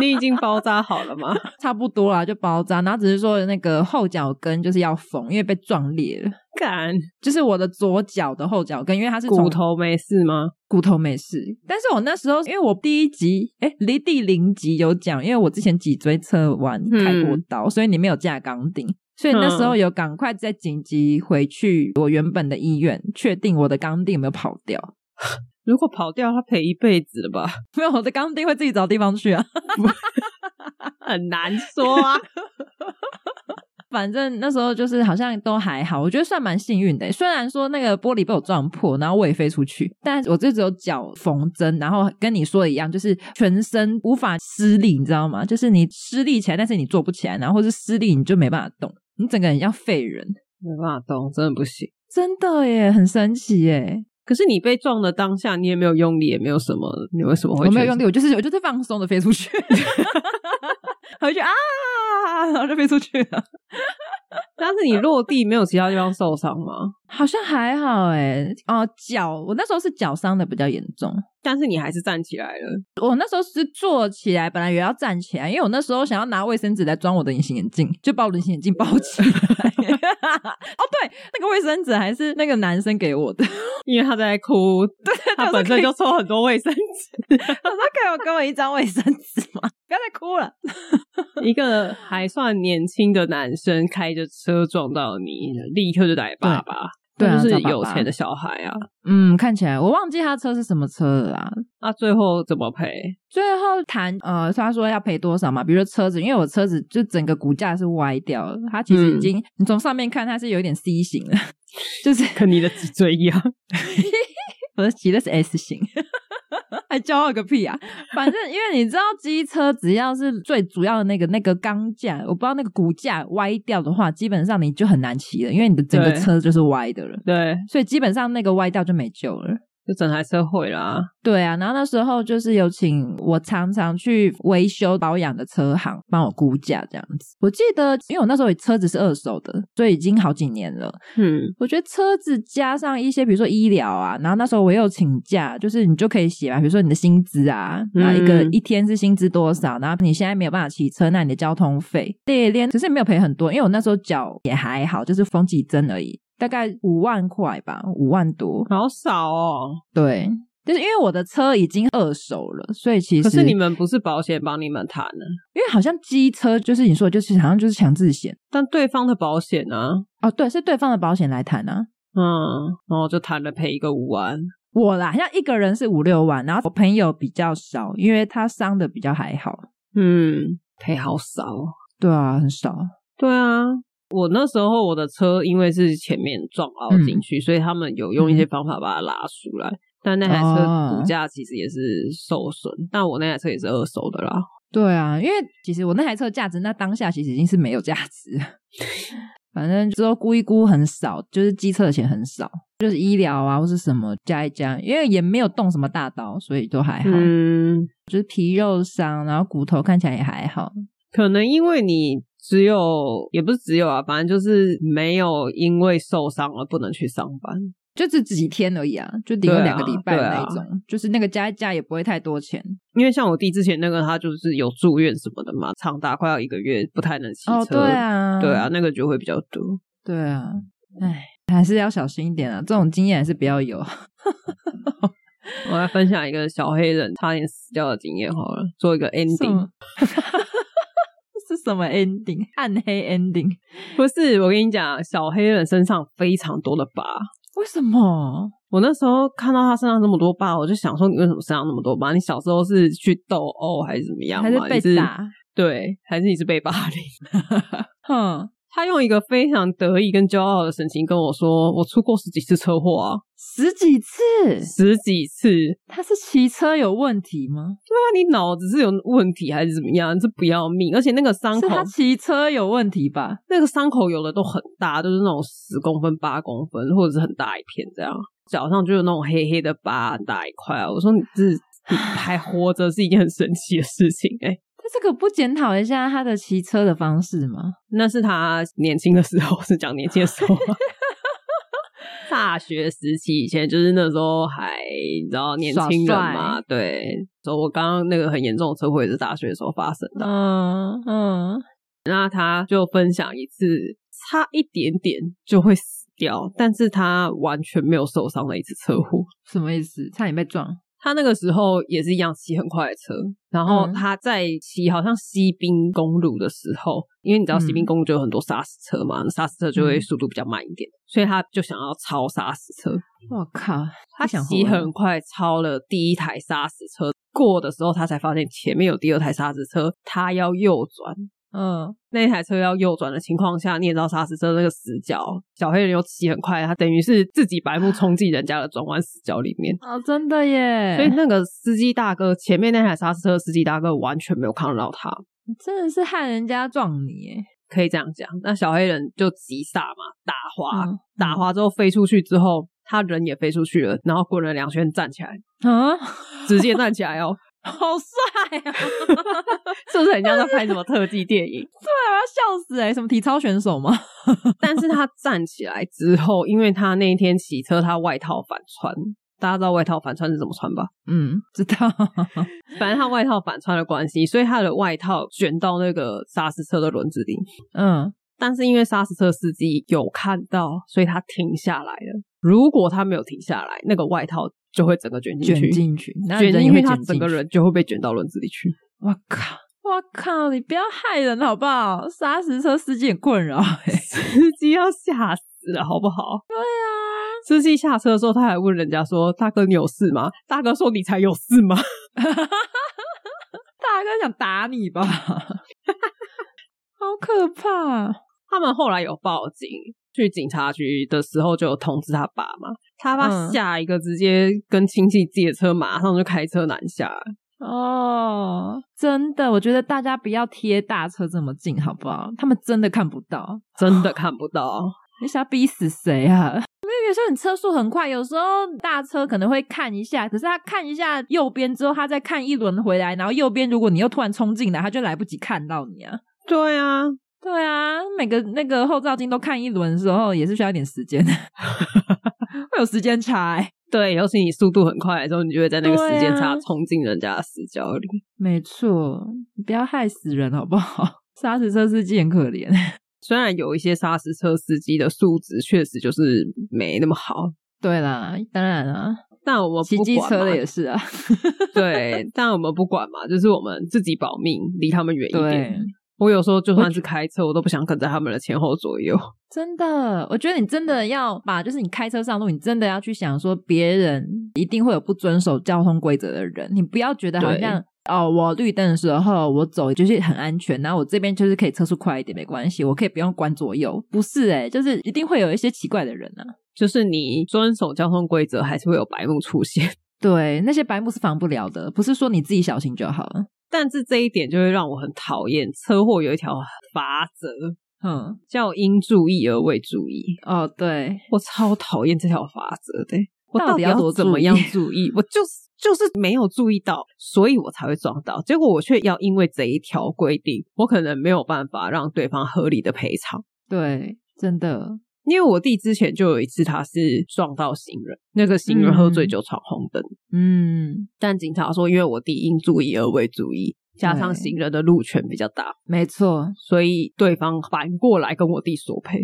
你已经包扎好了吗？差不多啊啦，就包扎，然后只是说那个后脚跟就是要缝，因为被撞裂了。敢就是我的左脚的后脚跟，因为它是从骨头没事吗？骨头没事，但是我那时候因为我第一集哎离第零集有讲，因为我之前脊椎侧弯嗯开过刀，所以你没有架钢钉，所以那时候有赶快再紧急回去我原本的医院，确定我的钢钉有没有跑掉， 如果跑掉，他赔一辈子了吧？没有我的钢钉会自己找地方去啊。很难说啊。反正那时候就是好像都还好，我觉得算蛮幸运的。虽然说那个玻璃被我撞破，然后我也飞出去，但我就只有脚缝针，然后跟你说的一样，就是全身无法施力，你知道吗？就是你施力起来，但是你做不起来，然后或是施力你就没办法动，你整个人像废人， 没办法动，真的不行。真的耶，很神奇耶。可是你被撞的当下，你也没有用力，也没有什么，你为什么会？我没有用力，，我就是我就是放松的飞出去， 回去啊，然后就飞出去了。但是你落地没有其他地方受伤吗？好像还好哎，哦，脚我那时候是脚伤的比较严重，但是你还是站起来了，我那时候是坐起来，本来也要站起来，因为我那时候想要拿卫生纸来装我的隐形眼镜，就把我的隐形眼镜包起来。 哦，对，那个卫生纸还是那个男生给我的， 因为他在哭，他本身就抽很多卫生他纸，给我给我一张卫生纸嘛，不要再哭了。 一个还算年轻的男生开着车撞到你，立刻就打给爸爸，对他就是对啊找爸有爸钱的小孩啊。嗯，看起来我忘记他车是什么车了啦。那啊最后怎么赔？最后谈呃，他说要赔多少嘛？比如说车子，因为我车子就整个骨架是歪掉了，它其实已经、你从上面看它是有一点 C 型了， 就是 跟你的脊椎一样，我的骑的是 S 型，还骄傲个屁啊！反正因为你知道，机车只要是最主要的那个那个钢架，我不知道那个骨架歪掉的话，基本上你就很难骑了，因为你的整个对车就是歪的了， 对，所以基本上那个歪掉就没救了。就整台车毁了、啊。对啊，然后那时候就是有请我常常去维修保养的车行帮我估价这样子。我记得，因为我那时候车子是二手的，所以已经好几年了。嗯，我觉得车子加上一些，比如说医疗啊，然后那时候我又请假，就是你就可以写嘛，比如说你的薪资啊，嗯然后一个一天是薪资多少，然后你现在没有办法骑车，那你的交通费列一列，只是没有赔很多，因为我那时候脚也还好，就是缝几针而已，大概五万块吧，五万多，好少哦。对。就是因为我的车已经二手了，所以其实可是你们不是保险帮你们谈的、因为好像机车就是你说的就是好像就是强制险但对方的保险呢、哦，对，是对方的保险来谈啊，嗯，然后就谈了赔一个五万，我啦，像一个人是五六万，然后我朋友比较少，因为他伤的比较还好。嗯，赔好少哦。对啊，很少。对啊，我那时候我的车因为是前面撞凹进嗯去，所以他们有用一些方法把它拉出来。但那台哦车骨架其实也是受损，但我那台车也是二手的啦。对啊，因为其实我那台车的价值，那当下其实已经是没有价值了。 反正之后估一估很少，就是机车的钱很少，就是医疗啊或是什么加一加，因为也没有动什么大刀，所以都还好。嗯， 就是皮肉伤，然后骨头看起来也还好。可能因为你只有也不是只有啊，反正就是没有因为受伤而不能去上班。就只几天而已啊，就顶多对啊两个礼拜对的啊那一种，就是那个加一加也不会太多钱。因为像我弟之前那个，他就是有住院什么的嘛，长达快要一个月不太能骑车。哦，对，啊，对啊，，那个就会比较多。对啊，哎，还是要小心一点啊，这种经验还是不要有。啊我来分享一个小黑人差点死掉的经验好了，做一个 ending。这 是什么 ending？暗黑 ending？不是，我跟你讲，啊小黑人身上非常多的疤。为什么？我那时候看到他身上这么多疤，我就想说，你为什么身上那么多疤？你小时候是去斗殴还是怎么样吗？还是你被打？对，还是你是被霸凌？哼，他用一个非常得意跟骄傲的神情跟我说：“我出过十几次车祸啊，十几次？十几次。对他是骑车有问题吗？啊，你脑子是有问题还是怎么样？你是不要命，而且那个伤是口，他骑车有问题吧？那个伤口有的都很大，就是那种十公分、八公分，或者是很大一片这样。脚上就有那种黑黑的疤，很大一块啊。我说你这你还活着是一件很神奇的事情哎、他这个不检讨一下他的骑车的方式吗？那是他年轻的时候， 是讲年轻的时候吗。大学时期以前，就是那时候还你知道年轻人耍嘛，对。所以我刚刚那个很严重的车祸也是大学的时候发生的。嗯嗯，那他就分享一次，差一点点就会死掉，但是他完全没有受伤的一次车祸。什么意思？差点被撞。他那个时候也是一样骑很快的车，然后嗯他在骑好像西滨公路的时候，因为你知道嗯西滨公路就有很多砂石车嘛，那砂石车就会速度比较慢一点，所以他就想要超砂石车，我靠！他想骑活了很快超了第一台砂石车，过的时候他才发现前面有第二台砂石车，他要右转。嗯，那一台车要右转的情况下，你也知道砂石车那个死角，小黑人又骑很快，他等于是自己白目冲进人家的转弯死角里面。哦，真的耶！所以那个司机大哥前面那台刹车的司机大哥完全没有看到他，真的是害人家撞你耶，可以这样讲。那小黑人就急刹嘛，打滑，嗯打滑之后飞出去之后，他人也飞出去了，然后滚了两圈站起来，啊，直接站起来哦， 好帅 啊！是不是很像在拍什么特技电我影？ 要笑死哎、什么体操选手吗？但是他站起来之后，因为他那一天骑车，他外套反穿。大家知道外套反穿是怎么穿吧？嗯，知道。反正他外套反穿的关系，所以他的外套卷到那个砂石车的轮子里，嗯，但是因为砂石车司机有看到，所以他停下来了。如果他没有停下来，那个外套就会整个卷进去，卷进去，那卷人也进会去，他卷整进个去。人就会被卷到轮子里去。我靠！我靠！你不要害人好不好？砂石车司机很困扰 哎、司机要吓死了，好不好？对啊，司机下车的时候，他还问人家说：“大哥，你有事吗？”大哥说：“你才有事吗 大哥想打你吧？ 好可怕！？”他们后来有报警，去警察局的时候就有通知他爸嘛。他爸嗯下一个直接跟亲戚借车，马上就开车南下了。哦，真的，我觉得大家不要贴大车这么近，好不好？他们真的看不到，真的看不到，你想要逼死谁啊？ 因为有时候你车速很快，有时候大车可能会看一下，可是他看一下右边之后，他再看一轮回来，然后右边如果你又突然冲进来，他就来不及看到你啊。对啊，对啊，每个那个后照镜都看一轮的时候，也是需要一点时间， 会有时间差、欸。对，尤其你速度很快的时候，你就会在那个时间对差啊冲进人家的死角里。没错，你不要害死人好不好？ 砂石车司机很可怜。 虽然有一些砂石车司机的素质确实就是没那么好，对啦，当然啊，但我们骑不机管车的嘛也是啊。 对，但我们不管嘛，就是我们自己保命，离他们远一对点。，我有时候就算是开车，我都不想跟在他们的前后左右。真的，我觉得你真的要把，就是你开车上路，你真的要去想说，别人一定会有不遵守交通规则的人，你不要觉得好对像哦，我绿灯的时候我走就是很安全，然后我这边就是可以车速快一点没关系，我可以不用管左右，不是诶、就是一定会有一些奇怪的人啊。就是你遵守交通规则，还是会有白目出现。 对，那些白目是防不了的，不是说你自己小心就好了。但是这一点就会让我很讨厌。车祸有一条法则嗯，叫“因注意而未注意”，哦，对，我超讨厌这条法则的欸、我到底底要要多怎注么意 样注意？我就是就是没有注意到，所以我才会撞到。结果我却要因为这一条规定，我可能没有办法让对方合理的赔偿。对，真的，因为我弟之前就有一次，他是撞到行人，那个行人喝醉酒闯红灯，嗯，但警察说，因为我弟因注意而未注意，加上对行人的路权比较大，没错，所以对方反过来跟我弟索赔。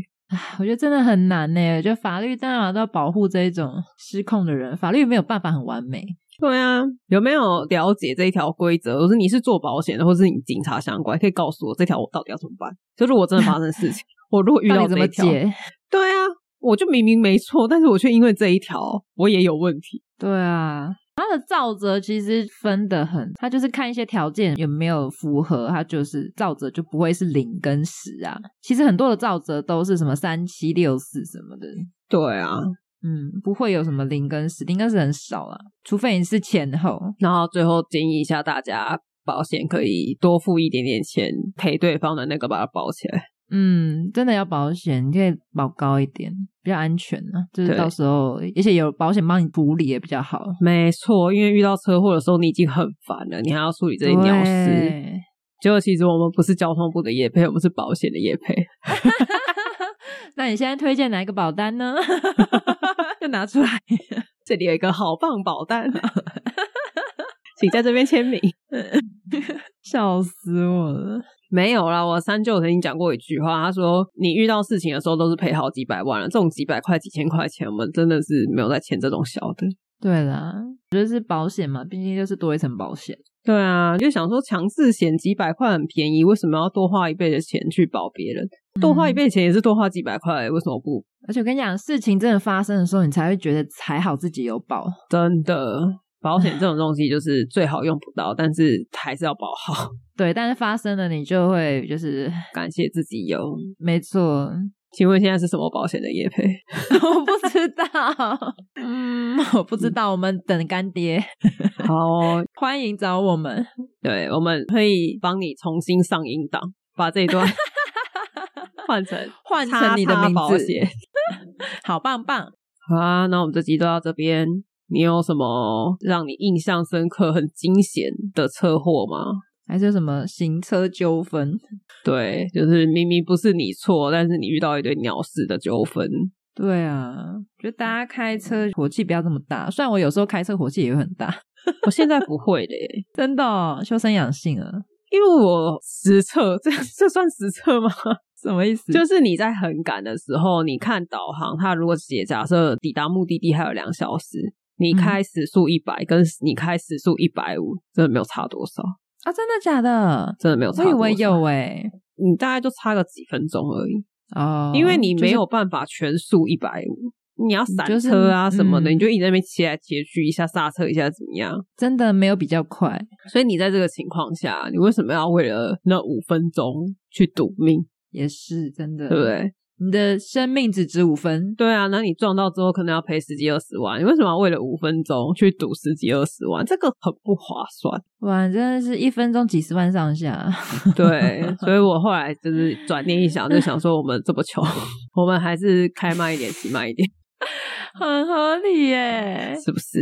我觉得真的很难呢。就法律当然都要保护这一种失控的人，法律没有办法很完美。对啊，有没有了解这一条规则？或是你是做保险的，或是你警察相关，可以告诉我这条我到底要怎么办？就如果真的发生事 情，我如果遇到到底这怎么一条，解？对啊，我就明明没错，但是我却因为这一条我也有问题。对啊，他的照责其实分得很，他就是看一些条件有没有符合，他就是照责就不会是零跟十啊。其实很多的照责都是什么三七六四什么的，对啊，嗯，不会有什么零跟十，零跟十很少啦，除非你是前后。然后最后建议一下大家，保险可以多付一点点钱赔对方的那个，把它保起来。嗯，真的要保险，你可以保高一点，比较安全啊。就是对到时候，而且有保险帮你处理也比较好。没错，因为遇到车祸的时候，你已经很烦了，你还要处理这些鸟事。对结果其实我们不是交通部的业配，我们是保险的业配。那你现在推荐哪一个保单呢？ 就拿出来。这里有一个好棒保单、啊， 请在这边签名。笑死我了！没有啦，我三舅曾经讲过一句话，他说：“你遇到事情的时候都是赔好几百万了，这种几百块、几千块钱，我们真的是没有在签这种小的。对啦，就是保险嘛，毕竟就是多一层保险。” 对啊，就想说强制险几百块很便宜，为什么要多花一倍的钱去保别人？多花一倍钱也是多花几百块，为什么不？而且我跟你讲，事情真的发生的时候，你才会觉得才好自己有保。真的，保险这种东西就是最好用不到，但是还是要保好。对，但是发生了，你就会就是感谢自己有。没错， 请问现在是什么保险的业配？我不知道， 嗯，我不知道，我们等干爹，好 哦、欢迎找我们。对，我们可以帮你重新上音档，把这一 段换成换成你的叉叉名字保险。好棒棒！好啊，那我们这集就到这边。你有什么让你印象深刻、很惊险的车祸吗？ 还是有什么行车纠纷？对，就是明明不是你错，但是你遇到一堆鸟事的纠纷。对啊，就大家开车火气不要这么大。虽然我有时候开车火气也会很大， 我现在不会的耶，真的哦、修身养性啊，因为我实测，这这算实测吗？什么意思？就是你在很赶的时候，你看导航，它如果写假设抵达目的地还有两小时，你开时速一百跟你开时速一百五，真的没有差多少，啊，真的假的？真的没有差我多以少。为有哎、你大概就差个几分钟而已，哦，因为你就是没有办法全速一百五。你要闪就是车啊什么的，嗯你就一直在那边切来切去，一下刹车，一下怎么样？真的没有比较快，所以你在这个情况下，你为什么要为了那五分钟去赌命，也是真的，对不对？？你的生命只值五分，对啊，那你撞到之后可能要赔十几二十万，你为什么要为了五分钟去赌十几二十万？这个很不划算。哇，真的是一分钟几十万上 下。啊对，所以我后来就是转念一想，就想说我们这么穷，我们还是开慢一点，骑慢一点，很合理 耶。是不是？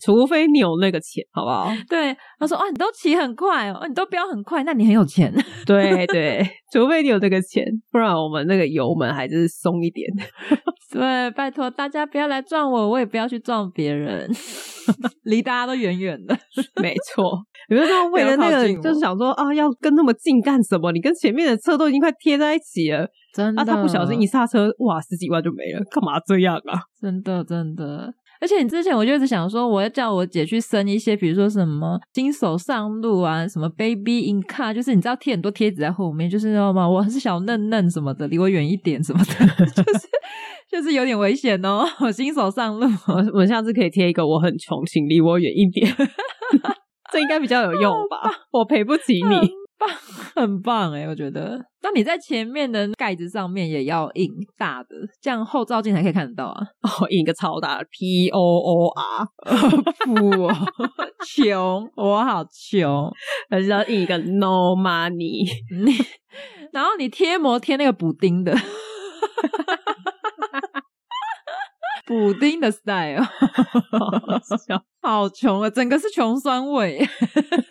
除非你有那个钱，好不好？ 对，他说：“哦，你都骑很快哦，哦你都飙很快，那你很有钱。 对对，除非你有这个钱，不然我们那个油门还是松一点。”对，拜托大家不要来撞我，我也不要去撞别人， 离大家都远远的。没错，有没有说为了那不要靠个近我就是想说啊，要跟那么近干什么？你跟前面的车都已经快贴在一起了。 真的，啊，他不小心一刹车，哇，十几万就没了，干嘛这样啊？真的真的。而且你之前我就一直想说，我要叫我姐去生一些，比如说什么新手上路啊，什么 baby in car，就是你知道贴很多贴纸在后面，就是知道吗？我是小嫩嫩什么的，离我远一点什么的， 就是就是有点危险哦，我新手上路。哦我我们下次可以贴一个我很穷，请离我远一点， 这应该比较有用吧？ 我赔不起你， 很棒哎、我觉得。那你在前面的盖子上面也要印大的，这样后照镜才可以看得到啊。 我哦印一个超大的 P O O R，不、哦，穷，我好穷。还是要印一个 No Money？ 你，然后你贴膜贴那个补丁 的，补丁的 style， 笑好穷啊，整个是穷酸味。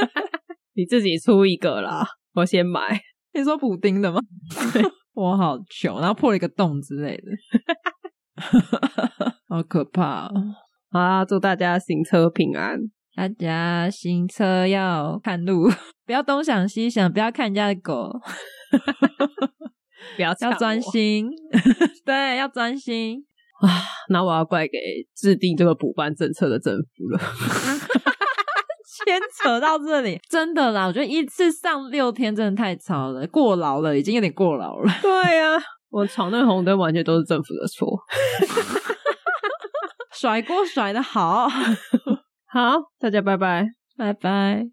你自己出一个啦，我先买。你说补丁的吗？ 我好穷，然后破了一个洞之类的， 好可怕、哦！好啦，祝大家行车平安。大家行车要看路， 不要东想西想，不要看人家的狗，不要要抢专我。心。 对，要专心。那我要怪给制定这个补办政策的政府了。先扯到这里， 真的啦，我觉得一次上六天真的太超了，过劳了，已经有点过劳了。 对啊呀、 我闯那个红灯完全都是政府的错。甩锅甩的好，好，大家拜拜。拜拜。